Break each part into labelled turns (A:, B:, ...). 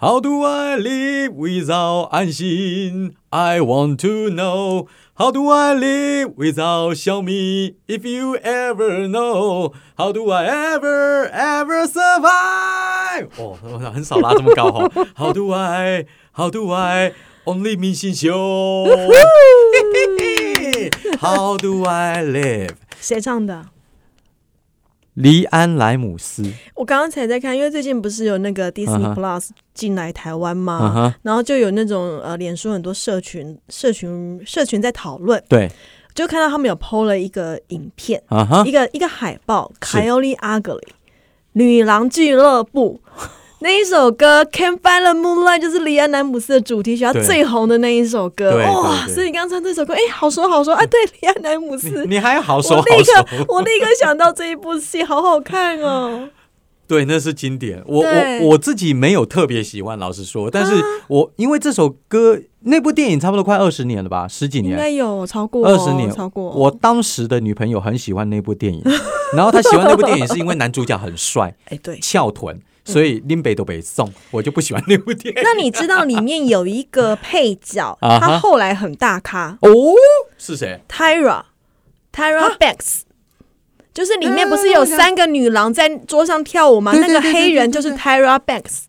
A: How do I live without 安心？I want to know. How do I live without 小米？If you ever know, how do I ever ever survive？哦，我很少拉这么高哈、哦。How do I? How do I? Only 明星秀。how do I live？
B: 谁唱的？
A: 黎安莱姆斯，
B: 我刚刚才在看，因为最近不是有那个 Disney
A: 嗯哼
B: Plus 进来台湾嘛
A: 嗯哼，
B: 然后就有那种呃，脸书很多社群、社群、社群在讨论，
A: 对，
B: 就看到他们有 PO 了一个影片，
A: 啊 哈
B: 一，个一个海报《
A: 是
B: Coyote Ugly》女郎俱 乐部。那一首歌《Can't Find the Moonlight》就是李安·南姆斯的主题曲，他
A: 对
B: 最红的那一首歌。
A: 对对
B: 哇！
A: 对
B: 所以你刚刚唱这首歌，哎、好熟好熟啊！对，李安·南姆斯，
A: 你还好熟
B: 我
A: 好
B: 立
A: 熟
B: 刻。我立刻想到这一部戏，好好看 哦。
A: 对，那是经典。我
B: 对啊
A: 我我自己没有特别喜欢，老实说，但是我因为这首歌那部电影差不多快二十年了吧，十几
B: 应该
A: 年。
B: 有超过哦
A: 二十年，
B: 超过
A: 我当时的女朋友很喜欢那部电影， 然后她喜欢那部电影是因为男主角很帅、
B: 哎、对。
A: 翘臀，所以拎北都北送，我就不喜欢那部 电影。
B: 那你知道里面有一个配角，
A: 啊哈
B: 他后来很大咖
A: 哦，是谁？
B: ，Tyra Tyra Banks，就是里面不是有三个女郎在桌上跳舞吗？
A: 啊对
B: 那
A: 对
B: 个
A: 对对
B: 黑人就
A: 对
B: 是
A: 对
B: Tyra Banks，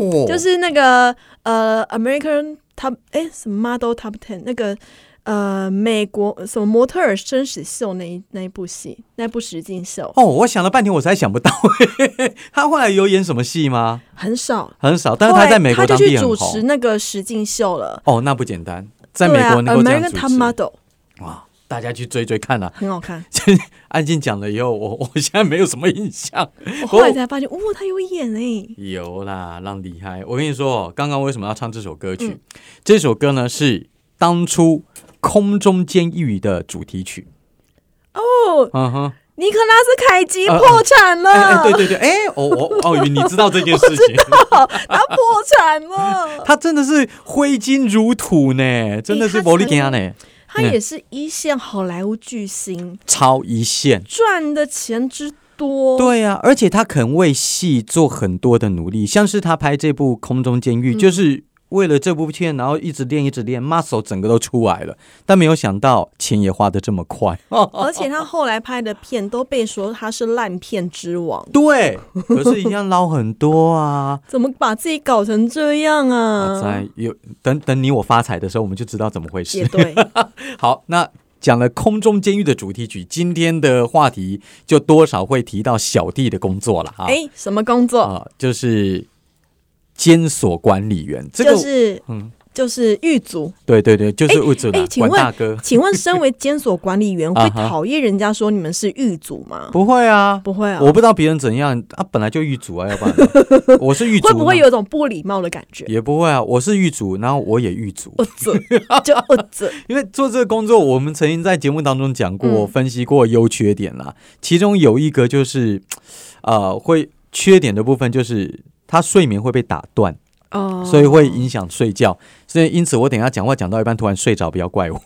A: 哦
B: 就是那个呃 American Top 哎什么 Model Top Ten 那个。呃，美国什么模特儿生死秀那一那一部戏，那部实境秀
A: 哦，我想了半天，我才想不到， 他后来有演什么戏吗？
B: 很少，
A: 很少，但是他在美国
B: 后来他
A: 当
B: 就
A: 地
B: 去
A: 很
B: 主持
A: 红。
B: 那个实境秀了，
A: 哦，那不简单，在
B: 对
A: 美国能够这
B: 啊、
A: 样
B: American
A: 主
B: Top
A: 持。
B: Model
A: 哇，大家去追追看啊！
B: 很好看。
A: 安静讲了以后，我我现在没有什么印象。
B: 我后来才发现，哇、他有演哎、
A: 有啦，让厉害！我跟你说，哦刚刚为什么要唱这首歌曲？这首歌呢是当初《空中监狱》的主题曲。
B: 哦，
A: 嗯哼，
B: 尼克拉斯凯奇
A: 呃
B: 破产了，
A: 哎、哎对对对，哎、哦哦哦，你知道这件事 情？
B: 他破产 了。
A: 他真的是挥金如土呢，真的是伯利给亚呢，
B: 他也是一线好莱坞巨星，
A: 超一线。
B: 赚的钱之多。，
A: 对呀、而且他肯为戏做很多的努力，像是他拍这部《空中监
B: 嗯
A: 狱》，就是为了这部片，然后一直练，一直练，muscle 整个都出来了。但没有想到钱也花得这么 快。
B: 而且他后来拍的片都被说他是烂片之王，
A: 对，可是一样捞很多 啊！
B: 怎么把自己搞成这样
A: 啊，
B: 啊？
A: 在有等等你我发财的时候，我们就知道怎么回
B: 也
A: 事。
B: 对，
A: 好，那讲了空中监狱的主题曲，今天的话题就多少会提到小弟的工作了啊。
B: 哎，什么工作？
A: 啊，就是监所管理员，这个、
B: 就是
A: 嗯
B: 就是狱卒。
A: 对对对，就是物质
B: 哎
A: 啦
B: 哎，请
A: 管
B: 问
A: 大哥
B: 请问，身为监所管理员，会
A: 啊哈
B: 讨厌人家说你们是狱卒吗？
A: 不会啊，
B: 不会啊，
A: 我不知道别人怎样啊，本来就狱卒啊，要不然呢 我是狱卒，啊
B: 会不会？有一种不礼貌的感 觉？
A: 也不会啊，我是狱卒，然后我也狱卒，
B: 我这就我这，
A: 因为做这个工作，我们曾经在节目当中讲过，
B: 嗯
A: 分析过优缺点啦。其中有一个就是，呃，会缺点的部分就是他睡眠会被打断，
B: 哦
A: 所以会影响睡觉。所以因此，我等一下讲话讲到一半突然睡着，不要怪我，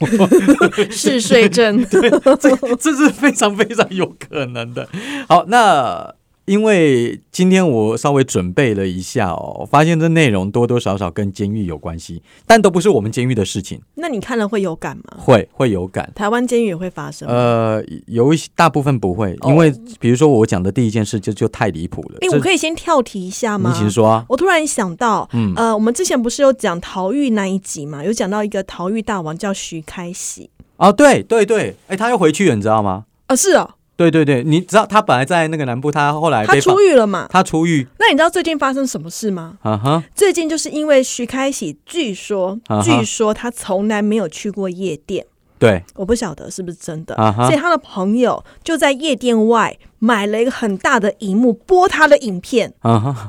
B: 嗜 睡症。
A: 这这是非常非常有可能的。好，那。因为今天我稍微准备了一下哦，发现这内容多多少少跟监狱有关系，但都不是我们监狱的事情，
B: 那你看了会有感吗？
A: 会会有感。
B: 台湾监狱也会发生吗。
A: 呃，有一些大部分不会，
B: 哦
A: 因为比如说我讲的第一件事就就太离谱了。
B: 哎，
A: 这
B: 我可以先跳题一下吗
A: 你？请说啊。
B: 我突然想到，
A: 嗯
B: 呃，我们之前不是有讲逃狱那一集嘛？有讲到一个逃狱大王叫徐开喜，
A: 啊，对对对，哎，他又回去了，你知道吗？
B: 啊，是哦，
A: 对对对，你知道他本来在那个南部，他后来
B: 他
A: 被
B: 出
A: 狱，
B: 狱了嘛？
A: 他出狱，
B: 那你知道最近发生什么事吗？
A: 啊哈，
B: 最近就是因为徐开喜，据说
A: 啊哈
B: 据说他从来没有去过夜店，
A: 对，
B: 我不晓得是不是真的。
A: 啊哈
B: 所以，他的朋友就在夜店外买了一个很大的荧幕播他的影片，
A: 啊 哈，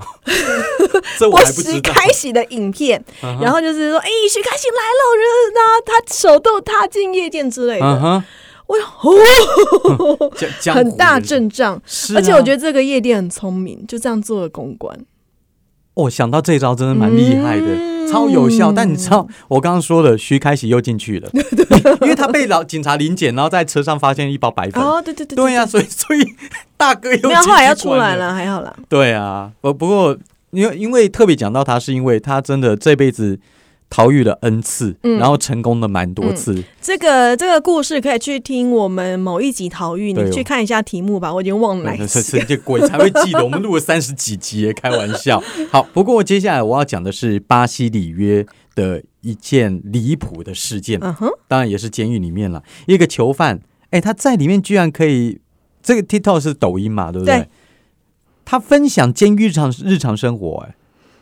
A: 这我
B: 播
A: 还不知
B: 徐
A: 道。
B: 开喜的影片，
A: 啊哈
B: 然后就是说，哎、徐开喜来了，人呢，他手都踏进夜店之类的，
A: 啊哈，
B: 我哦，
A: 江江湖
B: 很大
A: 人士，
B: 阵仗。
A: 是啊
B: 而且我觉得这个夜店很聪明，就这样做了公关。
A: 哦，想到这招真的蛮厉害的，
B: 嗯
A: 超有效。但你知道，我刚刚说了，徐开喜又进去 了，因为他被老警察临检，然后在车上发现一包白粉，
B: 哦，对对对
A: 啊 对呀、所以所以大哥又
B: 没有，
A: 进
B: 后来
A: 去
B: 要出
A: 关
B: 来。了，还好啦。
A: 对啊，不不过因为因为特别讲到他，是因为他真的这辈子逃狱了 n 次，
B: 嗯
A: 然后成功了蛮多次。
B: 这个这个故事可以去听我们某一集逃狱，
A: 对嗯
B: 你去看一下题目吧，我已 经 忘了哪一
A: 对
B: 集
A: 这这这鬼才会记得，我们录了三十几集耶，开玩笑。好，不过接下来我要讲的是巴西里约的一件离谱的事件，
B: 嗯哼，
A: 当然也是监狱里面了。一个囚犯，哎，他在里面居然可以，这个 TikTok 是抖音嘛，对不对？
B: 对
A: 他分享监狱日常日常生活，哎，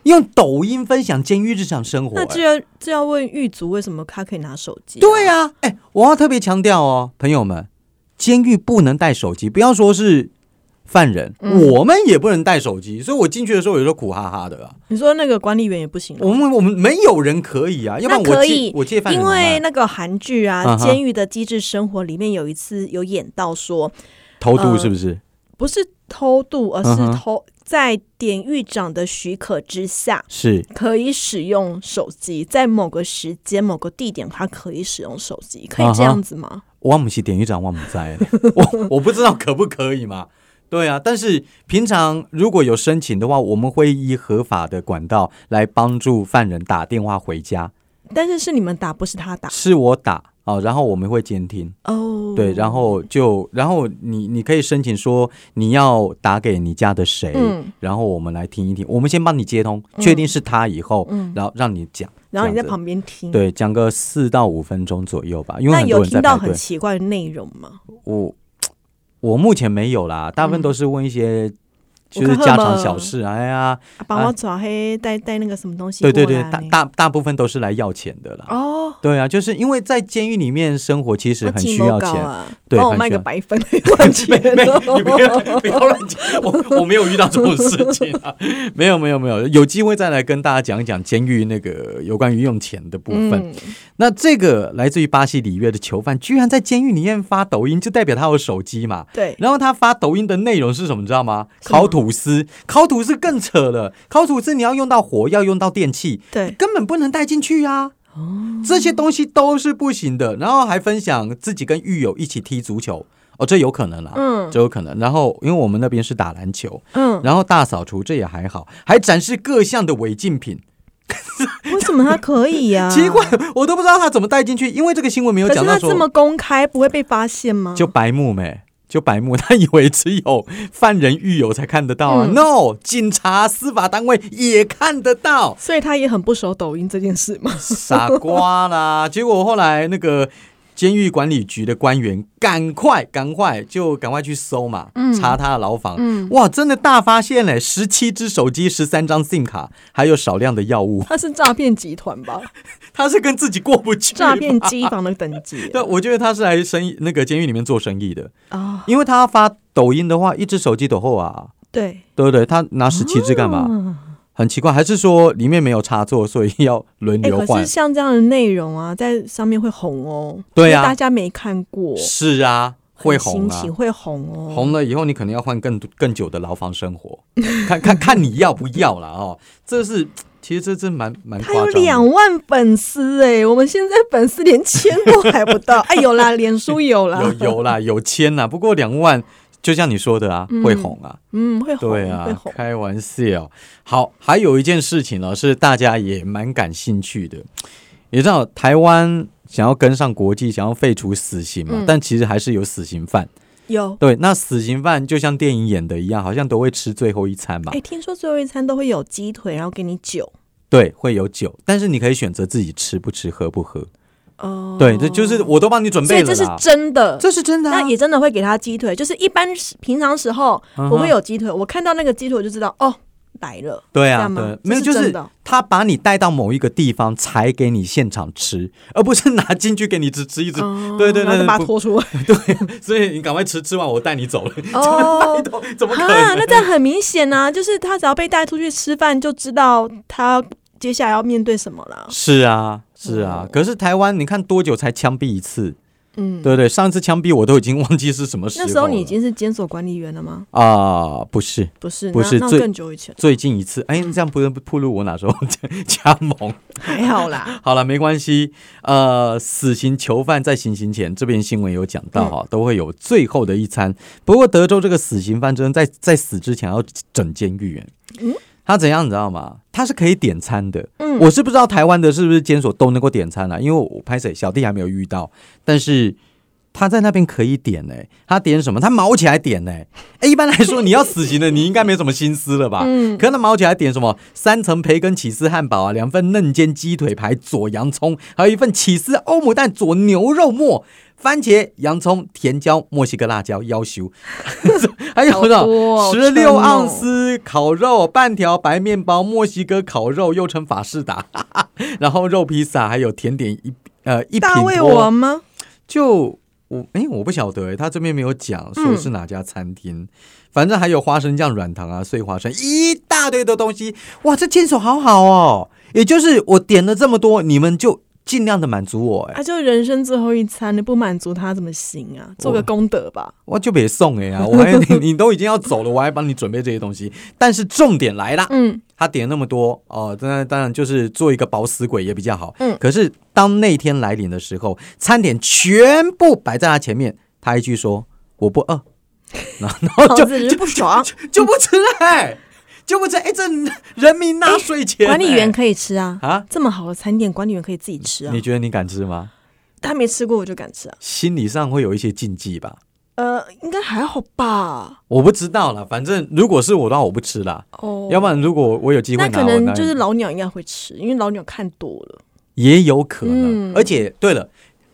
A: 用抖音分享监狱日常生活，
B: 那
A: 哎
B: 这要这要问狱卒为什么他可以拿手机、
A: 对，啊，哎、我要特别强调哦，朋友们，监狱不能带手机，不要说是犯人，
B: 嗯
A: 我们也不能带手机。所以我进去的时候，有时候苦哈哈的啊。
B: 你说那个管理员也不行啊，
A: 我们我们没有人可以啊，要不然
B: 那
A: 我
B: 可
A: 借
B: 以
A: 我借犯人
B: 因
A: 怎么办
B: 为那个韩剧啊，
A: 嗯哼
B: 《监狱的机智生活》里面有一次有演到说，
A: 偷渡
B: 呃
A: 是不是？
B: 不是偷渡，而
A: 嗯哼
B: 是偷、在典狱长的许可之下，
A: 是
B: 可以使用手机，在某个时间、某个地点，他可以使用手
A: 嗯
B: 机，可以这样子吗？
A: 我姆西典狱长我姆在 嘞，我我不知道可不可以嘛。对啊，但是平常如果有申请的话，我们会依合法的管道来帮助犯人打电话回家，
B: 但是是你们打，不是他打
A: 是我打哦，然后我们会监听。
B: 哦。
A: 对，然后就然后你你可以申请说你要打给你家的谁，
B: 嗯
A: 然后我们来听一听，我们先帮你接通，确定是他以后，
B: 嗯
A: 然后让你讲，
B: 然后你
A: 这样
B: 在
A: 子
B: 旁边听，
A: 对讲个四到五分钟左右吧，因为
B: 嗯那
A: 很多
B: 有
A: 人在
B: 听到
A: 排队
B: 很。奇怪的内容吗？
A: 我我目前没有啦，大部分都是问一
B: 嗯
A: 些。就
B: 我
A: 是
B: 看
A: 家
B: 赫
A: 常
B: 本
A: 小事，哎呀，
B: 啊把我抓黑，带带那个什么东西
A: 对对
B: 过
A: 对，
B: 来
A: 大大大部分都是来要钱的啦。
B: 哦，
A: 对啊，就是因为在监狱里面生活，其实
B: 那
A: 很
B: 鸡
A: 需
B: 毛
A: 要
B: 膏
A: 钱。
B: 啊，
A: 对
B: 帮我
A: 很
B: 卖
A: 需
B: 个
A: 要
B: 白粉的万
A: 没
B: 钱
A: 没，你不 要
B: 哦。
A: 不要乱讲，我我没有遇到这种事情 啊，没有没有没有，有机会再来跟大家讲一讲监狱那个有关于用钱的部分。
B: 嗯，
A: 那这个来自于巴西里约的囚犯，居然在监狱里面发抖音，就代表他有手机嘛。
B: 对，
A: 然后他发抖音的内容是什么，你知道吗？
B: 什么
A: 烤吐司，烤吐司更扯了。烤吐司你要用到火，要用到电器，
B: 对，
A: 根本不能带进去啊。这些东西都是不行的。然后还分享自己跟狱友一起踢足球，哦，这有可能啦、
B: 嗯
A: 这有可能。然后因为我们那边是打篮球，
B: 嗯，
A: 然后大扫除这也还好，还展示各项的违禁品。
B: 为什么他可以呀、
A: 奇怪，我都不知道他怎么带进去，因为这个新闻没有
B: 啊可是
A: 讲到
B: 他这
A: 说
B: 么公开，不会被发现吗？
A: 就白目没。就白目，他以为只有犯人狱友才看得到啊、
B: 嗯
A: n o 警察、司法单位也看得到。
B: 所以他也很不熟抖音这件事 嘛。
A: 傻瓜啦！结果后来那个监狱管理局的官员，赶快赶快就赶快去搜嘛，
B: 嗯
A: 查他的牢房。哇，真的大发现嘞！十七只手机，十三张 SIM 卡，还有少量的药物。
B: 他是诈骗集团吧？
A: 他是跟自己过不去。
B: 诈骗机房的等级
A: 对，我觉得他是来生意那个监狱里面做生意的，
B: 啊、
A: 因为他发抖音的话，一只手机多厚啊？
B: 对，
A: 对不对？他
B: 哦
A: 拿十七只干嘛？
B: 嗯，
A: 很奇怪，还是说里面没有插座，所以要轮
B: 哎、
A: 流
B: 可
A: 换
B: 是？像这样的内容啊，在上面会红哦。
A: 对啊
B: 因为大家没看过，
A: 是啊，会红
B: 很
A: 啊
B: 新奇，。会红哦。
A: 红了以后，你可能要换更更久的牢房生活， 看看看你要不要了哦。这是其实这这蛮蛮
B: 他
A: 夸
B: 有
A: 张的。
B: 两万粉丝哎、我们现在粉丝连千都还不到。 哎，有啦，脸书有啦，
A: 有有啦，有签啦，不过两万就像你说的啊，会红 啊，
B: 嗯，会红，
A: 对
B: 会
A: 啊
B: 红，。
A: 开玩笑。好，还有一件事情呢，是大家也蛮感兴趣的，也知道台湾想要跟上国际，想要废除死刑嘛，
B: 嗯
A: 但其实还是有死刑犯。
B: 有
A: 对，那死刑犯就像电影演的一样，好像都会吃最后一餐嘛
B: 哎、。听说最后一餐都会有鸡腿，然后给你酒。
A: 对，会有酒，但是你可以选择自己吃不吃、喝不喝。
B: 哦，
A: 对，这就是我都帮你准
B: 所
A: 备
B: 以
A: 了
B: 这是
A: 啦。
B: 真的。
A: 这是真的、啊，
B: 那也真的会给他鸡腿，就是一般时平常时候
A: 嗯哼
B: 不会有鸡腿，我看到那个鸡腿我就知道哦来了，
A: 对
B: 这
A: 啊，
B: 样吗
A: 对，
B: 这
A: 没有
B: 是
A: 就
B: 真
A: 是
B: 的哦
A: 他把你带到某一个地方才给你现场吃，而不是拿进去给你吃吃一直，
B: 哦
A: 对对
B: 然后
A: 对，
B: 就把它
A: 不
B: 拖出来。
A: 所以你赶快吃，吃完我带你 走了，
B: 哦，
A: 怎么可
B: 啊，
A: 能？
B: 那这样很明显啊，就是他只要被带出去吃饭，就知道他接下来要面对什么了。
A: 是啊，是啊，
B: 哦
A: 可是台湾你看多久才枪毙一次？
B: 嗯，
A: 对不对，上一次枪毙我都已经忘记是什么时候
B: 那
A: 了。
B: 时候你已经是监所管理员了吗？
A: 啊、不是
B: 不是，
A: 不是
B: 那
A: 最
B: 那更久以前，
A: 最近一次，哎，这样不能暴露我哪时候 加盟？
B: 还好 啦。
A: 好了，没关系。呃，死刑囚犯在行刑前，这边新闻有讲
B: 嗯
A: 到哈、都会有最后的一餐。不过，德州这个死刑犯真的在在死之前要整监狱，哎
B: 嗯
A: 它怎样你知道吗？它是可以点餐的。
B: 嗯，
A: 我是不知道台湾的是不是监所都能够点餐啊，因为我拍谁小弟还没有遇到，但是他在那边可以点呢、他点什么？他毛起来点呢、哎、一般来说你要死刑的，你应该没什么心思了吧？
B: 嗯
A: 可他毛起来点什么？三层培根起司汉堡啊，两份嫩煎鸡腿排，佐洋葱，还有一份起司欧姆蛋佐牛肉末。番茄、洋葱、甜椒、墨西哥辣椒、要求， 还有
B: 好多
A: 呢
B: 哦
A: 十六
B: 撑哦
A: 盎司烤肉、半条白面包、墨西哥烤肉，又称法式达， 然后肉披萨，还有甜点一呃一品
B: 大胃
A: 多
B: 王吗？
A: 就我哎、我不晓得哎、他这边没有讲说是哪家餐厅，反正还有花生酱软糖啊、碎花生一大堆的东西，哇，这牵手好好哦。也就是我点了这么多，你们就尽量的满足我哎、
B: 啊，就人生最后一餐，你不满足他怎么行啊？做个功德吧。
A: 我就别送哎呀、我还 你你都已经要走了，我还帮你准备这些东西。但是重点来啦，
B: 嗯
A: 他点那么多哦，当然当然就是做一个饱死鬼也比较好。
B: 嗯
A: 可是当那天来临的时候，餐点全部摆在他前面，他一句说我不 饿，然后然后
B: 老
A: 就
B: 子人不爽，
A: 就不吃了、哎就不吃，哎，这人民纳税钱、
B: 管理员
A: 哎
B: 可以吃啊。
A: 啊，
B: 这么好的餐点，管理员可以自己吃啊
A: 你。觉得你敢吃吗？
B: 他没吃过，我就敢吃啊。
A: 心理上会有一些禁忌吧？
B: 呃，应该还好吧。
A: 我不知道啦，反正如果是我的话，我不吃啦。
B: 哦，
A: 要不然如果我有机会
B: 那
A: 拿，
B: 可
A: 我
B: 能
A: 当然
B: 就是老鸟应该会吃，因为老鸟看多了。
A: 也有可能。
B: 嗯
A: 而且，对了，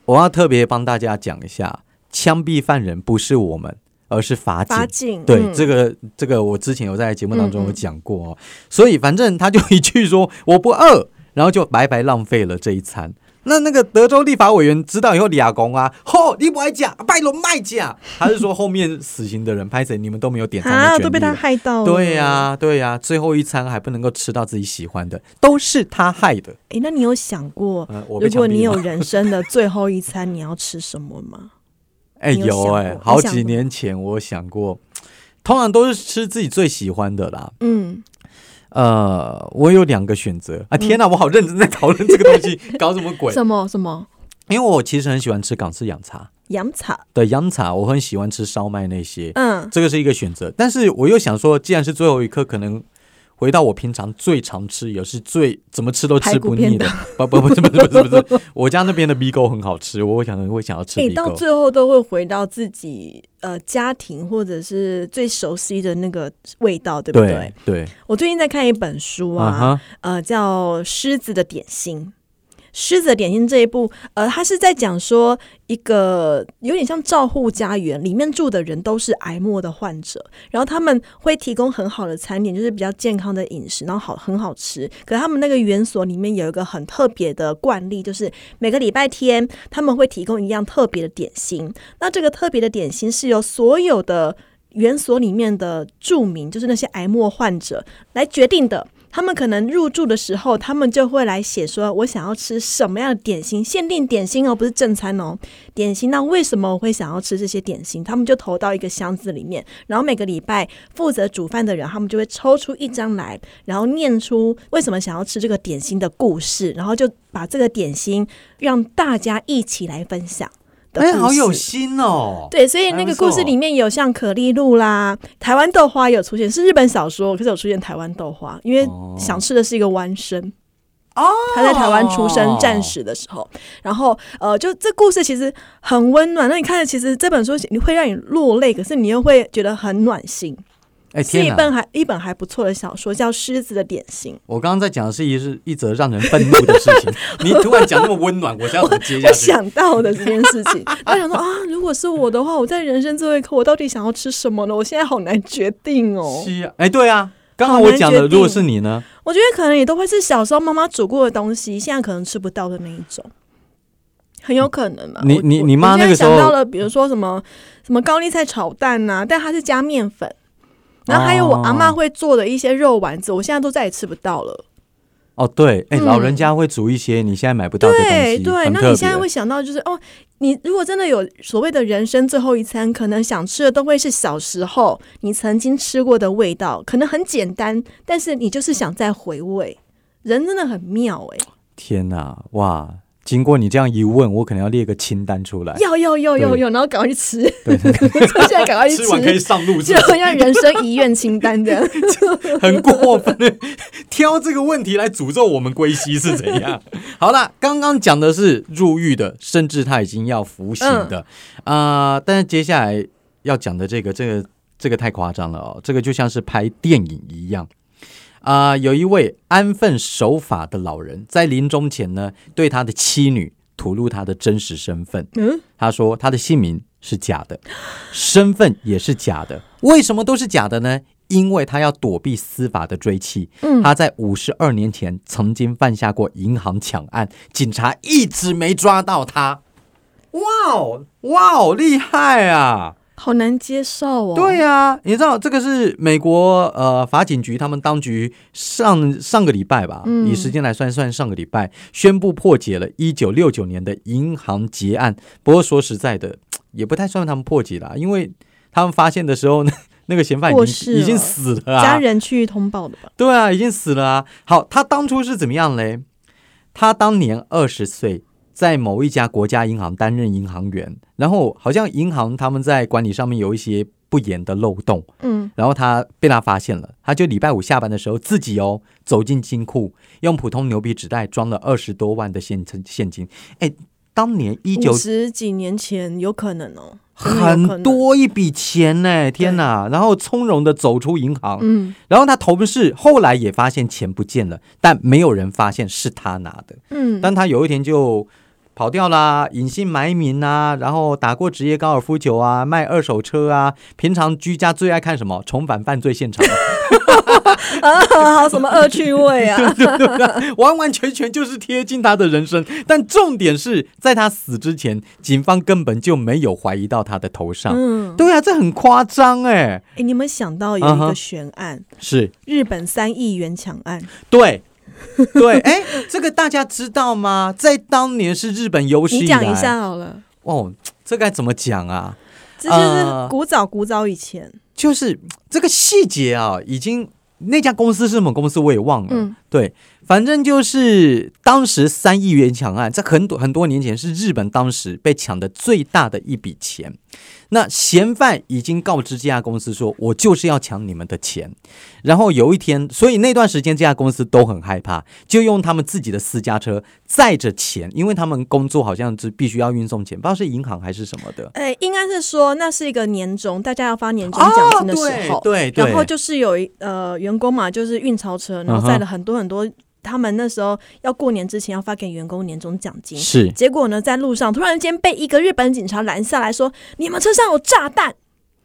A: 我要特别帮大家讲一下，枪毙犯人不是我们，而是法警。
B: 八禁，
A: 对，
B: 嗯
A: 这个这个我之前有在节目当中
B: 嗯嗯
A: 有讲过哦，所以反正他就一句说我不饿，然后就白白浪费了这一餐。那那个德州立法委员知道以后，俩公啊，吼，你不爱讲，拜龙卖 讲，他是说后面死刑的人拍谁，你们都没有点餐的
B: 啊，
A: 权利
B: 都被他
A: 了
B: 害到了。
A: 对呀、对呀、最后一餐还不能够吃到自己喜欢的，都是他害的。
B: 诶，那你有想过，
A: 嗯、我被
B: 如
A: 枪
B: 果
A: 毙
B: 你
A: 了
B: 有人生的最后一餐，你要吃什么吗？
A: 哎、
B: 你有
A: 有
B: 想
A: 哎、
B: 过
A: 好
B: 你想
A: 几
B: 过
A: 年前我想过，通常都是吃自己最喜欢的啦。
B: 嗯，
A: 呃，我有两个选择啊！天哪，我好认真在讨论这个东西，搞什么鬼？
B: 什么什么
A: 因为我其实很喜欢吃港式洋茶
B: 洋茶，
A: 的洋茶，我很喜欢吃烧麦那些，
B: 嗯，
A: 这个是一个选择。但是我又想说，既然是最后一刻，可能回到我平常最常吃，也是最怎么吃都吃
B: 排骨
A: 不腻
B: 便
A: 的。不不不是不是不是不是，我家那边的米糕很好吃，我想会想要吃
B: 诶，
A: 米
B: 哎到
A: 糕。
B: 最后都会回到自己呃家庭或者是最熟悉的那个味道，对不对？
A: 对对，
B: 我最近在看一本书
A: 啊
B: 啊，
A: 哈，
B: 呃，叫《狮子的点心》。狮子的点心这一部，呃，它是在讲说一个有点像照护家园，里面住的人都是癌末的患者，然后他们会提供很好的餐点，就是比较健康的饮食，然后好很好吃。可他们那个园所里面有一个很特别的惯例，就是每个礼拜天他们会提供一样特别的点心。那这个特别的点心是由所有的园所里面的住民，就是那些癌末患者来决定的。他们可能入住的时候，他们就会来写说：“我想要吃什么样的点心，限定点心哦，不是正餐哦，点心。”那为什么我会想要吃这些点心？他们就投到一个箱子里面，然后每个礼拜负责煮饭的人，他们就会抽出一张来，然后念出为什么想要吃这个点心的故事，然后就把这个点心让大家一起来分享的故
A: 哎，
B: 事。
A: 好有心哦。
B: 对，所以那个故事里面有像可丽露啦、台湾豆花有出现，是日本小说，可是有出现台湾豆花，因为
A: 哦
B: 想吃的是一个弯身。
A: 哦
B: 他在台湾出生战时的时候，然后呃，就这故事其实很温暖。那你看，其实这本书你会让你落泪，可是你又会觉得很暖心，
A: 哎，
B: 是
A: 天
B: 一
A: 哪！
B: 本还一本还不错的小说，叫《狮子的点心
A: 我刚刚在讲的是一是一则让人愤怒的事情， 你突然讲那么温暖，我是要怎么接》。下
B: 我
A: 去？
B: 想到的这件事 情，我想说啊，如果是我的话，我在人生最后一刻，我到底想要吃什么呢？我现在好难决定哦。
A: 是啊，哎，对啊，刚刚
B: 好
A: 我
B: 难
A: 讲
B: 决
A: 的，如果
B: 定
A: 是你呢？
B: 我觉得可能也都会是小时候妈妈煮过的东西，现在可能吃不到的那一种，很有可能嘛。啊
A: 你
B: 我
A: 你
B: 我
A: 你妈
B: 我现
A: 那
B: 在
A: 个时候
B: 想到了，比如说什么什么高丽菜炒蛋呐、但它是加面粉，然后还有我阿妈
A: 哦
B: 会做的一些肉丸子，我现在都再也吃不到了。
A: 哦，对，哎，
B: 嗯
A: 老人家会煮一些你现在买不到的东
B: 对
A: 西，
B: 对，
A: 很
B: 那
A: 特
B: 你现在
A: 别
B: 会想到就是哦，你如果真的有所谓的人生最后一餐，可能想吃的都会是小时候你曾经吃过的味道，可能很简单，但是你就是想再回味。人真的很妙哎、
A: 天哪，哇！经过你这样一问，我可能要列个清单出来。
B: 要要要要
A: 对
B: 要，然后赶快去吃，
A: 对，
B: 现在赶快去
A: 吃完可以上路，
B: 就像人生遗愿清单这样。
A: 很过分的，挑这个问题来诅咒我们归西是怎样？好啦，刚刚讲的是入狱的，甚至他已经要服刑的啊、呃但是接下来要讲的这个，这个这个太夸张了哦，这个就像是拍电影一样。啊、有一位安分守法的老人，在临终前呢，对他的妻女吐露他的真实身份。
B: 嗯，
A: 他说他的姓名是假的，身份也是假的。为什么都是假的呢？因为他要躲避司法的追缉。
B: 嗯
A: 他在五十二年前曾经犯下过银行抢案，警察一直没抓到他。哇哦，哇哦，厉害啊！
B: 好难接受哦。
A: 对啊，你知道这个是美国呃法警局他们当局上上个礼拜吧，
B: 嗯
A: 以时间来算算上个礼拜宣布破解了1969年的银行劫案。不过说实在的，也不太算他们破解啦，因为他们发现的时候，那 那个嫌犯已
B: 过
A: 经
B: 世
A: 已经
B: 了
A: 死了啊，
B: 家人去通报的吧？
A: 对啊，已经死了啊。好，他当初是怎么样嘞？他当年二十岁，在某一家国家银行担任银行员，然后好像银行他们在管理上面有一些不严的漏洞，
B: 嗯，
A: 然后他被他发现了，他就礼拜五下班的时候自己哦走进金库，用普通牛皮纸袋装了二十多万的现现金。哎，当年一九
B: 五十几年前有可能哦，真的有可
A: 很
B: 能。
A: 多一笔钱呢，天哪！然后从容的走出银行，
B: 嗯
A: 然后他同事后来也发现钱不见了，但没有人发现是他拿的。
B: 嗯，
A: 但他有一天就跑掉啦，隐姓埋名啊，然后打过职业高尔夫球啊，卖二手车啊，平常居家最爱看什么？重返犯罪现场，
B: 啊，好什么恶趣 味啊？
A: 完完全全就是贴近他的人生。但重点是在他死之前，警方根本就没有怀疑到他的头上。
B: 嗯，
A: 对啊，这很夸张哎、
B: 哎，你们想到有一
A: 嗯
B: 个
A: 哼
B: 悬案，
A: 是
B: 日本三亿元抢案，
A: 对。对，哎，这个大家知道吗？在当年是日本有史
B: 你
A: 以
B: 讲
A: 来，
B: 一下好了。
A: 哦，这该怎么讲啊？
B: 这就是
A: 呃
B: 古早古早以前，
A: 就是这个细节啊，已经那家公司是什么公司我也忘了。
B: 嗯
A: 对，反正就是当时三亿元抢案，在很多很多年前是日本当时被抢的最大的一笔钱。那嫌犯已经告知这家公司说，我就是要抢你们的钱。然后有一天，所以那段时间这家公司都很害怕，就用他们自己的私家车载着钱，因为他们工作好像是必须要运送钱，不知道是银行还是什么的。
B: 哎，应该是说那是一个年终，大家要发年终奖金的时候，
A: 哦啊对对哎对，
B: 然后就是有一呃员工嘛，就是运钞车，然
A: 嗯
B: 后
A: 哼
B: 载了很多很多，他们那时候要过年之前要发给员工年终奖金。
A: 是
B: 结果呢，在路上突然间被一个日本警察拦下来说：“你们车上有炸弹，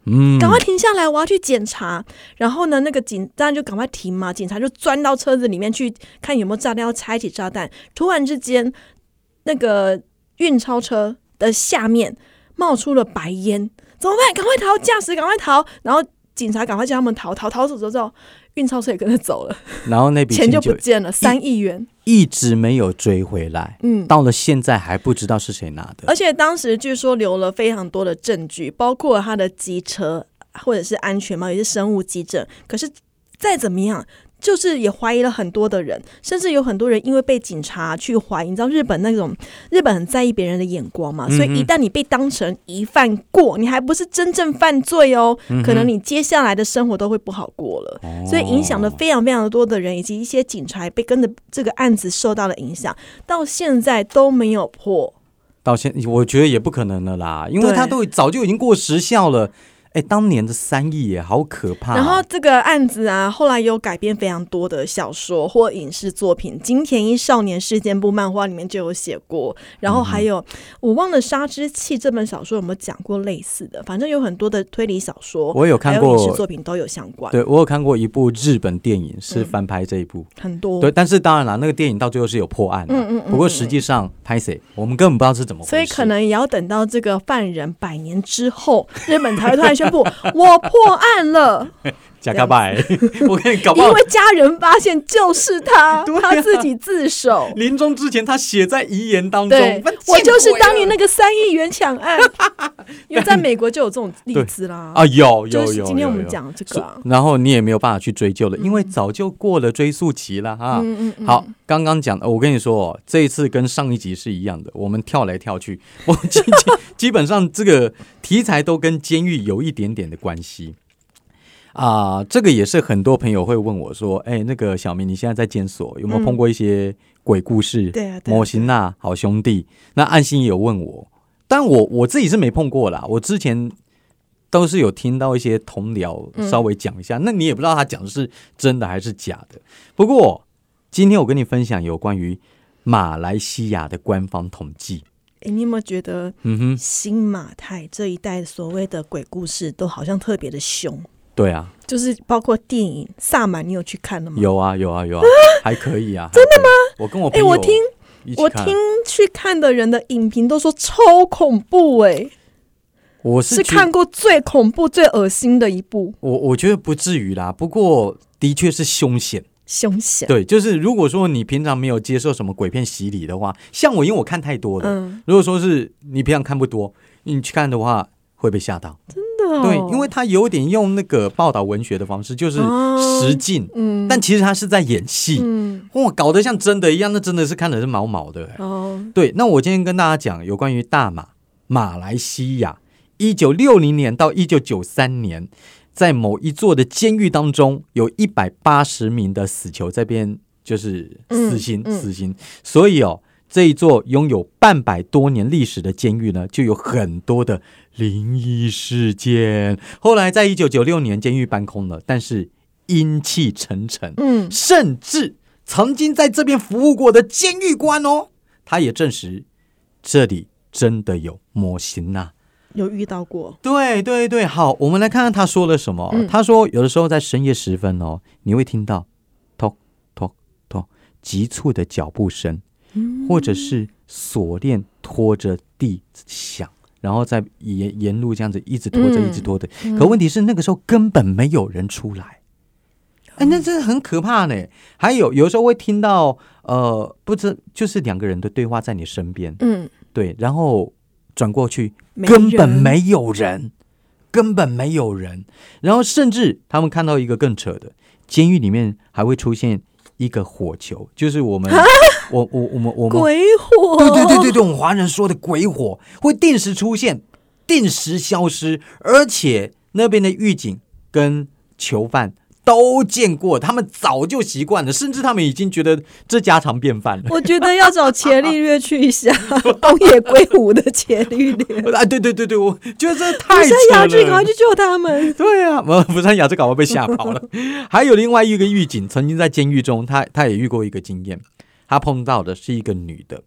A: 嗯，
B: 赶快停下来，我要去检查。然后呢，那个警当然就赶快停嘛，警察就钻到车子里面去看有没有炸弹，要拆起炸弹。突然之间，那个运钞车的下面冒出了白烟，怎么办？赶快逃！驾驶赶快逃！然后警察赶快叫他们逃，逃逃走走走，运钞车也跟着走了，
A: 然后那笔
B: 钱
A: 钱
B: 就
A: 就
B: 不见了，三亿元。
A: 一直没有追回来，
B: 嗯，
A: 到了现在还不知道是谁拿的。
B: 而且当时据说留了非常多的证据，包括他的机车或者是安全帽，也是生物基证。可是再怎么样，就是也怀疑了很多的人，甚至有很多人因为被警察去怀疑。你知道日本那种日本很在意别人的眼光嘛，所以一旦你被当成疑犯过，你还不是真正犯罪哦，可能你接下来的生活都会不好过了。所以影响了非常非常多的人，以及一些警察也被跟着这个案子受到了影响，到现在都没有破。
A: 到现，我觉得也不可能了啦，因为
B: 对
A: 他都早就已经过时效了。哎，当年的三亿也好可怕、啊
B: 然后，这个案子啊，后来有改编非常多的小说或影视作品，金田一少年事件簿漫画里面就有写过，然后
A: 嗯
B: 还有、我忘了《杀之气》这本小说有没有讲过类似的，反正有很多的推理小说，
A: 我有看
B: 还有影视
A: 过，
B: 作品都有相关，
A: 对我有看过一部日本电影
B: 嗯
A: 是翻拍这一部，
B: 很多。
A: 对，但是当然啦，那个电影到最后是有破案的、
B: 嗯嗯嗯
A: 不过实际上拍谁，我们根本不知道是怎么回事。
B: 所以可能也要等到 这个犯人百年之后，日本才会突然宣布我破案了。
A: 假嘎拜， 我跟你搞不
B: 因
A: 好
B: 为家人发现就是 他，
A: 对啊
B: 他自己自首。
A: 临终之前他写在遗言当中
B: 对，，我就是当年那个三亿元 抢案，因为在美国就有这种例子啦。
A: 啊，有有
B: 就
A: 有
B: 是
A: 有，
B: 今天我们
A: 有。
B: 讲这
A: 所
B: 个啊，
A: 然后你也没有办法去追究了，因为早就过了追溯期了哈。
B: 嗯嗯嗯，
A: 好，刚刚讲的，我跟你说哦，这一次跟上一集是一样的，我们跳来跳去， 我基基基本上这个题材都跟监狱有一点点的关系啊、这个也是很多朋友会问我说，哎，那个小明，你现在在监所有没有
B: 嗯
A: 碰过一些鬼故事？
B: 对啊，对啊
A: 摩西娜好兄弟，那暗星也有问我，但我我自己是没碰过啦。我之前都是有听到一些同僚
B: 嗯
A: 稍微讲一下，那你也不知道他讲的是真的还是假的。不过今天我跟你分享有关于马来西亚的官方统计，
B: 诶你有没有觉得
A: 嗯哼，
B: 新马泰这一代所谓的鬼故事都好像特别的凶？
A: 对啊，
B: 就是包括电影《萨满》，你有去看了吗？。
A: 有啊有啊有啊，还可以 啊，真的吗？我跟我朋
B: 哎、
A: 友
B: 我听
A: 一起
B: 我
A: 看
B: 听去看的人的影评都说超恐怖哎、
A: 我
B: 是
A: 是觉
B: 看过最恐怖、最恶心的一部
A: 我我觉得不至于啦，不过的确是凶险。
B: 凶险。
A: 对，就是如果说你平常没有接受什么鬼片洗礼的话，像我，因为我看太多了。
B: 嗯，
A: 如果说是你平常看不多，你去看的话会被吓到。
B: 真的、哦、
A: 对，因为他有点用那个报道文学的方式，就是
B: 哦
A: 实境，
B: 嗯，
A: 但其实他是在演戏。
B: 嗯
A: 哇，搞得像真的一样，那真的是看的是毛毛的、欸
B: 哦
A: 对，那我今天跟大家讲有关于大马马来西亚，一九六零年到一九九三年，在某一座的监狱当中，有一百八十名的死囚在边就是死刑，
B: 嗯嗯
A: 死刑。所以哦，这一座拥有半百多年历史的监狱呢，就有很多的灵异事件。后来在一九九六年，监狱搬空了，但是阴气沉沉。
B: 嗯，
A: 甚至曾经在这边服务过的监狱官哦，他也证实这里真的有模型啊呐、
B: 有遇到过，
A: 对对对，好，我们来看看他说了什么。
B: 嗯
A: 他说，有的时候在深夜时分哦，你会听到咚咚咚急促的脚步声，或者是锁链拖着地响，然后再沿沿路这样子一直拖着，
B: 嗯
A: 一直拖着。可问题是那个时候根本没有人出来，
B: 哦
A: 哎，那真的很可怕呢。还有有的时候会听到呃，不知就是两个人的对话在你身边，
B: 嗯，
A: 对，然后转过去
B: 没
A: 根本
B: 人
A: 没有人，根本没有人。然后甚至他们看到一个更扯的，监狱里面还会出现一个火球，就是我 们我我我们我们
B: 鬼火，
A: 对对对对对，我们华人说的鬼火会定时出现，定时消失，而且那边的狱警跟囚犯。都见过，他们早就习惯了，甚至他们已经觉得这家常便饭了。
B: 我觉得要找伽利略去一下东野圭吾的伽利略，
A: 啊，对对对对，我觉得这
B: 不
A: 太
B: 是
A: 扯
B: 要
A: 了。
B: 去赶快去救他们。
A: 对啊，我釜山雅这搞我被吓跑了。还有另外一个狱警，曾经在监狱中，他他也遇过一个经验，他碰到的是一个女的，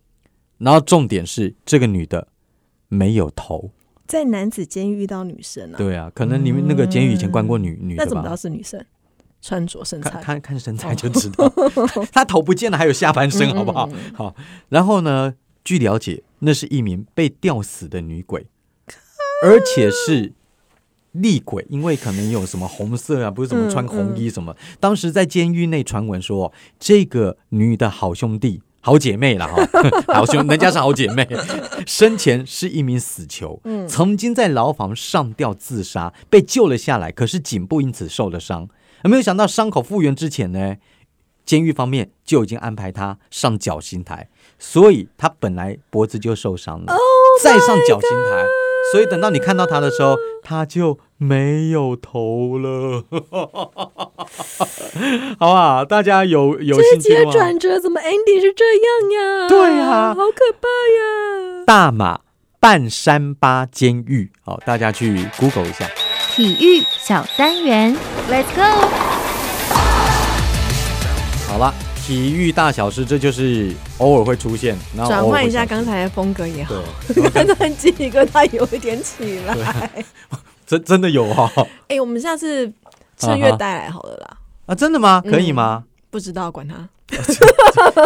A: 然后重点是这个女的没有头。
B: 在男子监狱遇到女生啊，
A: 对啊，可能你们那个监狱以前关过女、女
B: 嗯那
A: 的
B: 怎么知道
A: 吧？
B: 是女生？穿着身
A: 看
B: 材，哦
A: 看看身材就知道， 她头不见了，还有下半身，好不
B: 嗯
A: 好？好，然后呢，据了解，那是一名被吊死的女 鬼，而且是厉鬼，因为可能有什么红色啊，不是什么穿红衣什
B: 嗯
A: 么。当时在监狱内传闻说，这个女的好兄弟。好姐妹了哈， 好兄，人家是好姐妹。生前是一名死囚，曾经在牢房上吊自杀，被救了下来，可是颈部因此受了伤。没有想到伤口复原之前呢，监狱方面就已经安排他上绞刑台，所以他本来脖子就受伤了再上绞刑台，所以等到你看到他的时候，他就没有头了， 好不好？大家有有
B: 这一
A: 兴
B: 集
A: 趣
B: 的
A: 的吗？
B: 转折怎么 ending 是这样呀？
A: 对啊
B: 好可怕呀！
A: 大马半山巴监狱，好，大家去 Google 一下。
C: 体育小单元，Let's go！
A: 好了，体育大小事，这就是偶尔会出现，然后
B: 转
A: 偶尔
B: 换
A: 会
B: 一下
A: 消失
B: 刚才的风格也好，
A: 对，
B: 刚才鸡皮疙瘩有一点起来。
A: 真真的有哈、哦。
B: 哎，我们下次趁月带来好了啦，
A: 啊，真的吗？
B: 嗯
A: 可以吗？
B: 不知道管他。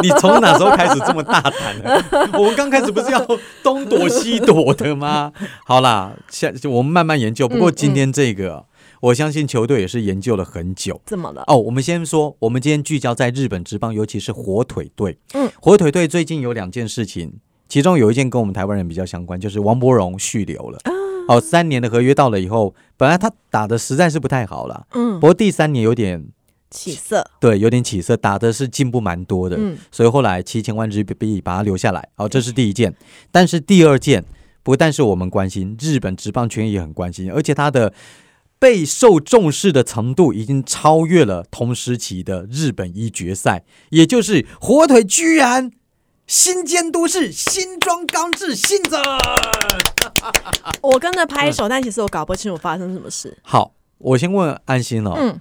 A: 你从哪时候开始这么大胆呢？我们刚开始不是要东
B: 嗯
A: 躲西躲的吗？好啦，下我们慢慢研究。不过今天这个，我相信球队也是研究了很久。
B: 怎么了？
A: 哦，我们先说，我们今天聚焦在日本职棒，尤其是火腿队。
B: 嗯，
A: 火腿队最近有两件事情，其中有一件跟我们台湾人比较相关，就是王柏荣续留
B: 啊
A: 了。哦，三年的合约到了以后，本来他打的实在是不太好了，不
B: 嗯，
A: 过第三年有点
B: 起色，
A: 对，有点起色，打的是进步蛮多的。
B: 嗯
A: 所以后来七千万日币把它留下来。好、这是第一件。但是第二件，不但是我们关心，日本职棒圈也很关心，而且它的备受重视的程度已经超越了同时期的日本一决赛，也就是火腿居然新监督是新庄刚志信者。
B: 我跟着拍
A: 嗯
B: 手，但其实我搞不清楚发生什么事。
A: 好，我先问安心哦了、
B: 嗯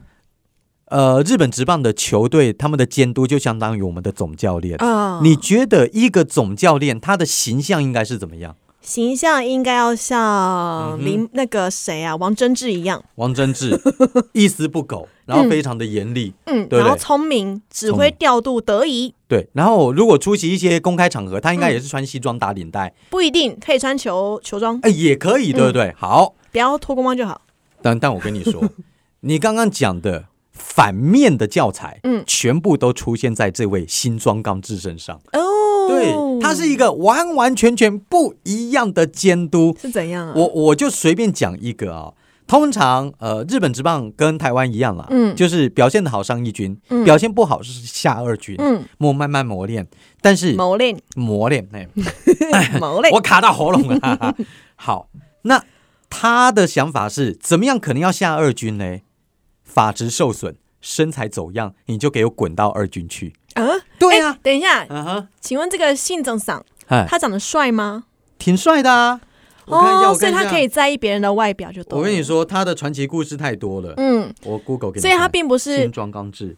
A: 呃，日本职棒的球队，他们的监督就相当于我们的总教练。
B: 啊，
A: 你觉得一个总教练他的形象应该是怎么样？
B: 形象应该要
A: 嗯
B: 像
A: 哼
B: 林、那个谁啊，王贞治一样，
A: 王贞 治一丝不苟，然后非常的严厉。
B: 嗯，
A: 对
B: 然后
A: 对
B: 聪明，指
A: 聪
B: 挥
A: 明
B: 调度得宜，
A: 对，然后如果出席一些公开场合，他
B: 嗯
A: 应该也是穿西装打领带，
B: 不一定可以穿球球装，
A: 哎、也可
B: 嗯
A: 以，对不对？好，
B: 不要脱光光就好。
A: 但但我跟你 说，你刚刚讲的反面的教材，
B: 嗯
A: 全部都出现在这位新庄刚志身上。
B: 哦，
A: 对，他是一个完完全全不一样的监督。
B: 是怎样啊？
A: 我我就随便讲一个啊、通常呃，日本职棒跟台湾一样啦，
B: 嗯
A: 就是表现的好上一军，
B: 嗯
A: 表现不好是下二军，
B: 嗯，
A: 磨慢慢磨练，但是
B: 谋略，
A: 磨练，哎，
B: 谋略
A: 我，卡到喉咙了 哈哈。好，那他的想法是怎么样？可能要下二军嘞，法值受损，身材走样，你就给我滚到二军去。
B: 啊，
A: 对啊
B: 哎等一下，
A: 啊哈，
B: 请问这个信正赏
A: 哎，
B: 他长得帅吗？
A: 挺帅的啊。我看一下，我
B: 哦所
A: 看
B: 以
A: 一
B: 他
A: 下
B: 可以。在意别人的外表就对。
A: 我跟你，说，他的传奇故事太多了。
B: 嗯，
A: 我 Google 给你看，
B: 所以他并不是
A: 新装刚志，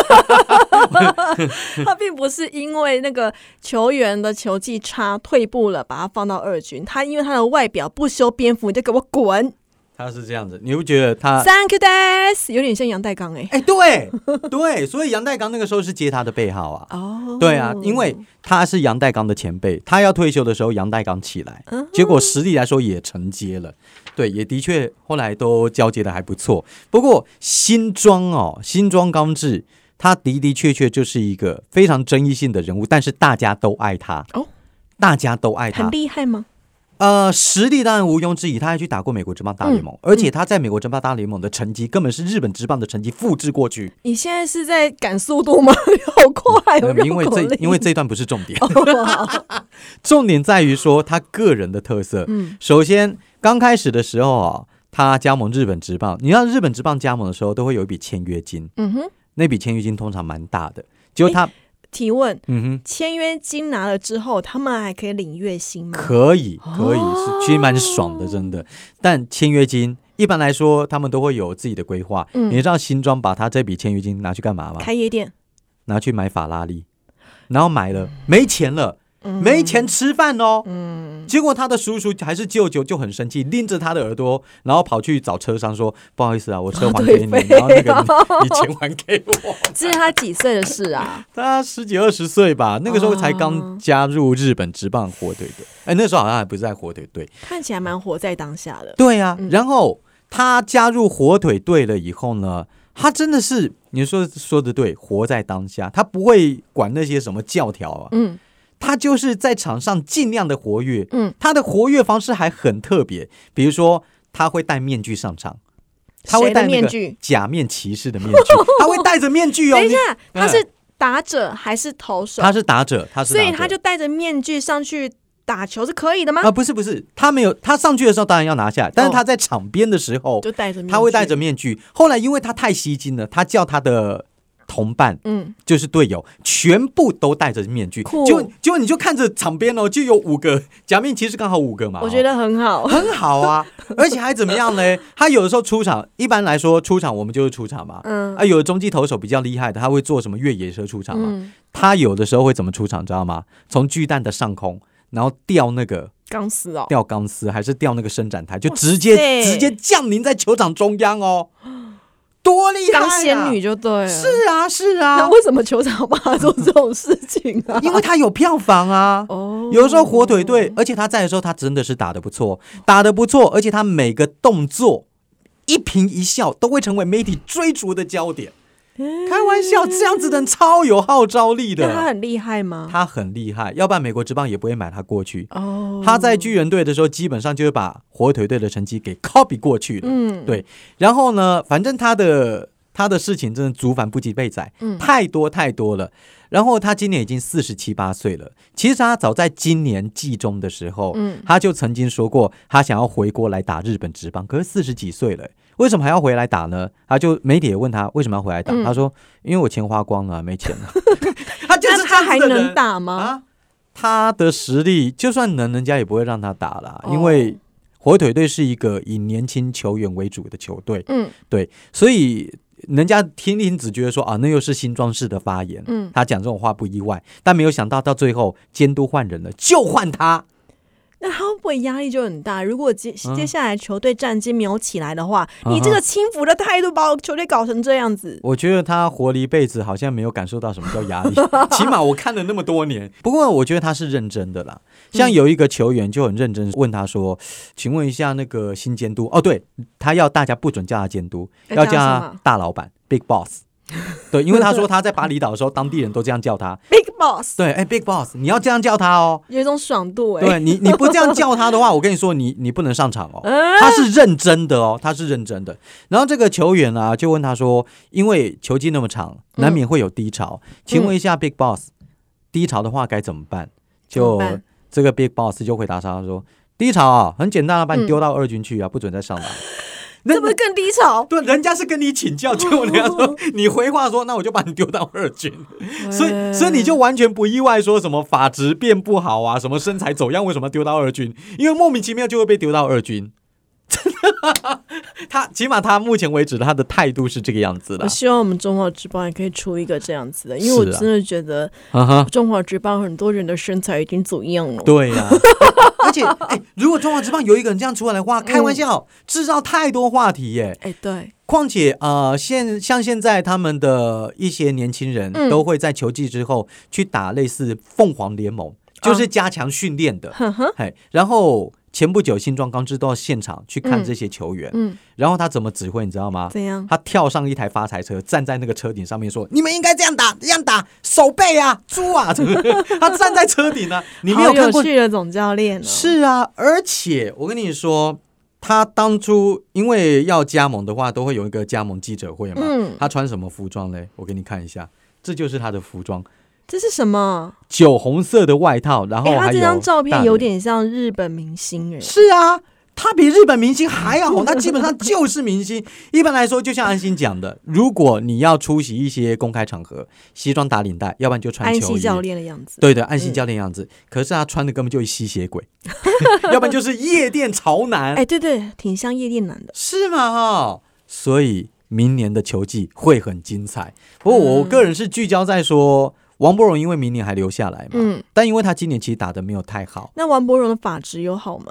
B: 他并不是因为那个球员的球技差退步了，把他放到二军，他因为他的外表不修边幅，你就给我滚。
A: 他是这样子，你不觉得他？
B: Thank you, guys，有点像杨代刚哎。
A: 哎、对对，所以杨代刚那个时候是接他的背号啊。
B: 哦，
A: 对啊，因为他是杨代刚的前辈，他要退休的时候，杨代刚起来，
B: 嗯
A: 结果实力来说也承接了，对，也的确后来都交接的还不错。不过新庄哦，新庄刚志，他的的确确就是一个非常争议性的人物，但是大家都爱他
B: 哦，
A: 大家都爱他
B: 很，厉害吗？
A: 呃，实力当然毋庸置疑，他还去打过美国职棒大联
B: 嗯
A: 盟，而且他在美国职棒大联盟的成绩根本是日本职棒的成绩复制过去。
B: 你现在是在赶速度吗？ 好快哦，
A: 呃因为
B: 绕口
A: 这
B: 令
A: 因为这段不是重点，
B: 哦
A: 重点在于说他个人的特色。
B: 嗯
A: 首先刚开始的时候啊，他加盟日本职棒，你知道日本职棒加盟的时候都会有一笔签约金，
B: 嗯哼，
A: 那笔签约金通常蛮大的。结果他，
B: 提问。
A: 嗯哼，
B: 签约金拿了之后，他们还可以领月薪吗？
A: 嗯可以可以
B: 哦
A: 是其实蛮爽的，真的。但签约金一般来说他们都会有自己的规划。
B: 嗯
A: 你知道新庄把他这笔签约金拿去干嘛吗？
B: 开夜店，
A: 拿去买法拉利，然后买了没钱了。
B: 嗯
A: 没钱吃饭哦，
B: 嗯，
A: 结果他的叔叔还是舅舅就很生气，拎着他的耳朵，然后跑去找车商说：“不好意思啊，我车还给你，
B: 哦对
A: 然后那个你你钱还给我。”
B: 这是他几岁的事啊？
A: 他十几二十岁吧，那个时候才
B: 哦
A: 刚加入日本职棒火腿队，哎，那时候好像还不是在火腿队。
B: 看起来蛮活在当下 的。
A: 对啊，
B: 嗯
A: 然后他加入火腿队了以后呢，他真的是你说说的对，活在当下，他不会管那些什么教条啊，
B: 嗯，
A: 他就是在场上尽量的活跃，
B: 嗯，
A: 他的活跃方式还很特别，比如说他会戴面具上场，他会
B: 谁的
A: 戴那
B: 面
A: 个
B: 具？
A: 假面骑士的面 具，他会戴着面具哦，
B: 等一
A: 你
B: 下，他是打者还是投手？
A: 他是打者，他是打
B: 所
A: 者，
B: 以他就戴着面具上去打球是可以的吗
A: 啊、？不是不是，他没有他上去的时候当然要拿下来，
B: 哦
A: 但是他在场边的时候、
B: 就戴着面具，
A: 他会戴着。面具，后来因为他太吸睛了，他叫他的同伴
B: 嗯，
A: 就是队友，全部都戴着面具，
B: 酷
A: 就就你就看着场边哦，就有五个假面骑士，刚好五个嘛，
B: 我觉
A: 得。
B: 得很好。
A: 很好啊，而且还怎么样嘞？他有的时候出场，一般来说出场我们就是出场嘛。
B: 嗯
A: 啊，有的中继投手比较厉害的，他会做什么越野车出场嘛？
B: 嗯，
A: 他有的时候会怎么出场，知道吗？从巨蛋的上空，然后吊那个
B: 钢丝哦，
A: 吊钢丝，还是吊那个伸展台，就
B: 哇
A: 直接
B: 塞
A: 直接降临在球场中央哦，多厉害、啊！
B: 钢仙女就对了。。
A: 是啊是
B: 那
A: 啊，
B: 为什么球场帮他做这种事情啊？
A: 因为他有票房啊。
B: 哦，
A: 有的时候火腿队，而且他在的时候，他真的是打得不错，打得不错，而且他每个动作一颦一笑都会成为媒体追逐的焦 点。开玩笑，这样子的人超有号召力
B: 那他
A: 的，
B: 很厉害吗？
A: 他很厉害，要不然美国职棒也不会买他过去。
B: 哦，
A: 他在巨人队的时候，基本上就会把火腿队的成绩给 copy 过去了。
B: 嗯
A: 对，然后呢，反正他的他的事情真的祖反不及被宰，
B: 嗯
A: 太多太多了。然后他今年已经四十七八岁了，其实他早在今年季中的时候，
B: 嗯
A: 他就曾经说过他想要回国来打日本职棒，可是四十几岁了。为什么还要回来打呢？他就媒体也问他为什么要回来打，
B: 嗯
A: 他说因为我钱花光了，没钱 了。他就是这
B: 那
A: 样
B: 他
A: 子
B: 还
A: 的
B: 能
A: 人
B: 打吗？
A: 啊，他的实力就算能，人家也不会让他打啦，
B: 哦
A: 因为火腿队是一个以年轻球员为主的球队，
B: 嗯
A: 所以人家听听只觉得说啊，那又是新装式的发言，
B: 嗯，
A: 他讲这种话不意外，但没有想到到最后监督换人了，就换他。
B: 那他会不会压力就很大？如果接
A: 嗯
B: 接下来球队战绩没有起来的话，
A: 嗯哼
B: 你这个轻浮的态度把我球队搞成这样子，
A: 我觉得他活了一辈子，好像没有感受到什么叫压力， 起码我看了那么多年。不过我觉得他是认真的啦。
B: 嗯
A: 像有一个球员就很认真问他说：“请问一下，那个新监督哦，对他要大家不准叫他监督，
B: 要
A: 要啊
B: 叫
A: 叫
B: 他什
A: 他
B: 么
A: 大老板 Big Boss。”对，因为他说他在巴厘岛的时候，当地人都这样叫他。
B: Big Boss
A: 对，哎，Big Boss，你要这样叫他哦。
B: 有一种爽度哎、
A: 对你，你不这样叫他的话，我跟你说，你你不能上场哦。
B: 嗯
A: 他是认真的哦，他是认真的。然后这个球员啊，就问他说：“因为球季那么长，
B: 嗯
A: 难免会有低潮，请问一下 Big Boss，低潮的话该怎么办？”
B: 怎么
A: 就
B: 办
A: 这个 Big Boss 就回答他说：“低潮啊，很简单啊，把
B: 嗯
A: 你丢到二军去啊，不准再上来。”那
B: 这不是更低潮？
A: 对，人家是跟你请教，结果人家 说你回话说，那我就把你丢到二军，所
B: 嗯
A: 以所以你就完全不意外，说什么发质变不好啊，什么身材走样，为什么丢到二军？因为莫名其妙就会被丢到二军。 真的，他起码他目前为止他的态度是这个样子的
B: 我。希望我们中华职棒也可以出一个这样子的，因为我
A: 是啊
B: 真的觉得
A: 啊哈，
B: 中华职棒很多人的身材已经走样了。
A: 对呀、 而且哎、如果中华职棒有一个人这样出来的话，开玩笑，制造太多话题耶、
B: 哎，对，
A: 况且呃，现像现在他们的一些年轻人
B: 嗯
A: 都会在球季之后去打类似凤凰联盟，
B: 啊
A: 就是加强训练的。
B: 哼哼，
A: 嘿，然后前不久新庄刚志到现场去看
B: 嗯
A: 这些球员，
B: 嗯，
A: 然后他怎么指挥你知道吗？
B: 怎样？
A: 他跳上一台发财车，站在那个车顶上面说：“你们应该这样打，这样打，手背啊，猪啊！” 他站在车顶呢、啊你没
B: 好有
A: 看过
B: 趣的总教练、哦、
A: 是啊，而且我跟你说，他当初因为要加盟的话，都会有一个加盟记者会嘛。
B: 嗯
A: 他穿什么服装嘞？我给你看一下，这就是他的服装，
B: 这是什么？
A: 酒红色的外套，然后
B: 哎，
A: 还有、
B: 他这张照片有。点像日本明星哎，
A: 是啊。他比日本明星还要红，他基本上就是明星。一般来说，就像安心讲的，如果你要出席一些公开场合，西装打领带，要不然就穿
B: 安
A: 球
B: 西
A: 衣。
B: 教练嗯的样子。
A: 对的，安心教练样子。可是他穿的根本就是吸血鬼， 要不然就是夜店潮男。
B: 哎，对对，挺像夜店男的。
A: 是吗？哈，所以明年的球季会很精彩。不过我个人是聚焦在说，王柏荣因为明年还留下来嘛，
B: 嗯，
A: 但因为他今年其实打的没有太好，
B: 那王柏荣的发质有好吗？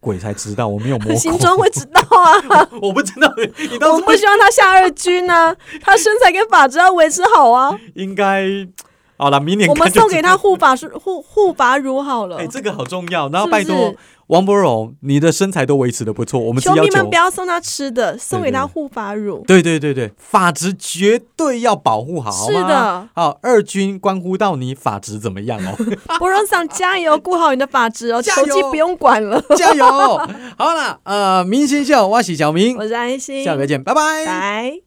A: 鬼才知道我没有摸
B: 新
A: 过，
B: 庄会知道啊，
A: 我不知道你
B: 我
A: 当
B: 们
A: 时
B: 不希望他下二军啊，他身材跟发质要维持好啊。
A: 应该好了，明年
B: 我们
A: 看就
B: 送给
A: 知
B: 他护发是护护发乳好了
A: 哎、。这个好重要。然
B: 是
A: 后
B: 不
A: 拜托
B: 是
A: 王柏荣，你的身材都维持的不错，我们只
B: 球
A: 要
B: 迷们
A: 求
B: 不。要送他吃的，送给
A: 对
B: 他
A: 对对
B: 护发乳。
A: 对对对对，法值绝对要保护好，好
B: 是
A: 吗？
B: 的，
A: 好，二军关乎到你法值怎么样哦。
B: 博荣桑加油，顾好你的发质 哦，
A: 加
B: 球
A: 油
B: 技不用管了。
A: 加油！好了，呃，明星秀，我是小明
B: 我，是安心，
A: 下回见，拜拜。
B: 拜。